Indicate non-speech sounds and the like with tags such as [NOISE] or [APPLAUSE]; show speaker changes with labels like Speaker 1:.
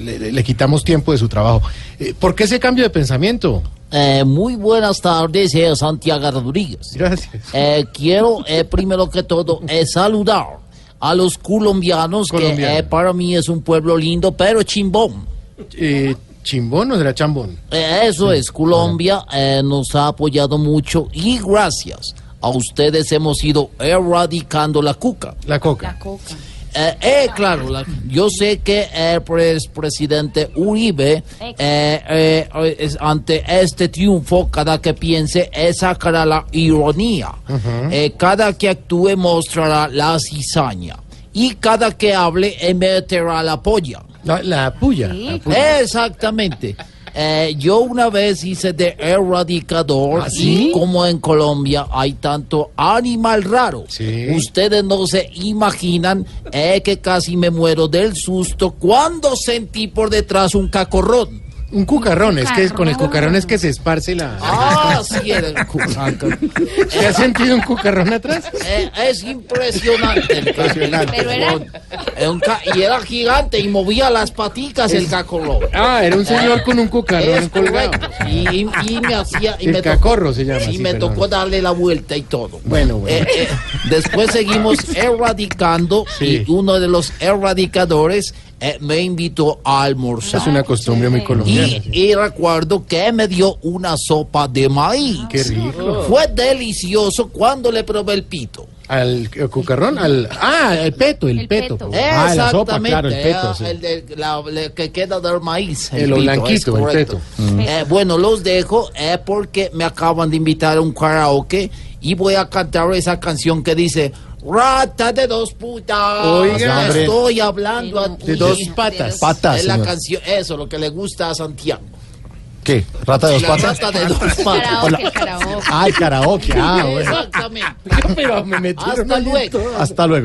Speaker 1: Le, le- le quitamos tiempo de su trabajo. Eh, ¿Por qué ese cambio de pensamiento?
Speaker 2: Eh, muy buenas tardes, eh, Santiago Rodríguez.
Speaker 1: Gracias.
Speaker 2: Eh, quiero, eh, primero que todo, eh, saludar a los colombianos, que
Speaker 1: Colombianos.
Speaker 2: eh, para mí es un pueblo lindo, pero chimbón.
Speaker 1: Eh, ¿Chimbón o será chambón?
Speaker 2: Eh, eso es, Colombia eh, nos ha apoyado mucho y gracias a ustedes hemos ido erradicando la cuca.
Speaker 1: La coca.
Speaker 2: Eh, eh, claro, la- yo sé que el pres- presidente Uribe, eh, eh, eh, es- ante este triunfo, cada que piense, eh, sacará la ironía. Eh, cada que actúe, mostrará la cizaña. Y cada que hable, eh, meterá la polla.
Speaker 1: La, la puya. la puya.
Speaker 2: Exactamente. Eh, yo una vez hice de erradicador
Speaker 1: ¿Ah, sí?
Speaker 2: y como en Colombia hay tanto animal raro,
Speaker 1: Sí.
Speaker 2: ustedes no se imaginan eh, que casi me muero del susto cuando sentí por detrás un cacorrón.
Speaker 1: Un cucarrón, es que es- con el cucarrón es que se esparce la...
Speaker 2: Ah, sí, era el
Speaker 1: Ah,
Speaker 2: cucaca.
Speaker 1: ¿Se ha sentido un cucarrón atrás?
Speaker 2: Eh, es impresionante. el ca-
Speaker 1: Impresionante.
Speaker 2: el cacorrón. Era un ca- y era gigante y movía las paticas el cacorrón.
Speaker 1: Ah, era un señor con un cucarrón
Speaker 2: Es
Speaker 1: colgado.
Speaker 2: correcto. Y, y-
Speaker 1: [LAUGHS]
Speaker 2: y me hacía. Y
Speaker 1: El
Speaker 2: me
Speaker 1: cacorro se llama
Speaker 2: Y
Speaker 1: así,
Speaker 2: me
Speaker 1: perdón.
Speaker 2: tocó darle la vuelta y todo.
Speaker 1: Bueno, bueno.
Speaker 2: Eh, eh,
Speaker 1: [LAUGHS]
Speaker 2: después seguimos erradicando
Speaker 1: Sí.
Speaker 2: y uno de los erradicadores eh, me invitó a almorzar.
Speaker 1: Es una costumbre muy colombiana.
Speaker 2: Y,
Speaker 1: sí.
Speaker 2: y recuerdo que me dio una sopa de maíz.
Speaker 1: Qué rico.
Speaker 2: Fue delicioso cuando le probé el pito.
Speaker 1: ¿Al eh, cucarrón? Al, ah, el peto, el, peto. Ah, la sopa, claro, el peto.
Speaker 2: ah,
Speaker 1: sí.
Speaker 2: el de- la- le- que queda del maíz.
Speaker 1: Eh, lo
Speaker 2: pito,
Speaker 1: blanquito,
Speaker 2: es
Speaker 1: el
Speaker 2: correcto.
Speaker 1: Mm.
Speaker 2: Eh, bueno, los dejo eh, porque me acaban de invitar a un karaoke y voy a cantar esa canción que dice Rata de dos putas.
Speaker 1: Oiga,
Speaker 2: te
Speaker 1: hombre.
Speaker 2: estoy hablando a ti.
Speaker 1: De dos patas.
Speaker 2: Es la canción, eso, lo que le gusta a Santiago.
Speaker 3: ¿Qué? ¿Rata de dos
Speaker 2: La
Speaker 3: patas?
Speaker 1: [LAUGHS]
Speaker 2: rata de dos
Speaker 4: Karaoke,
Speaker 2: patas.
Speaker 4: karaoke.
Speaker 3: Ah, el karaoke. Ah, bueno.
Speaker 2: Exactamente.
Speaker 1: [LAUGHS] Pero me metieron
Speaker 2: Hasta
Speaker 1: ahí en
Speaker 2: luego.
Speaker 1: todo.
Speaker 3: Hasta luego.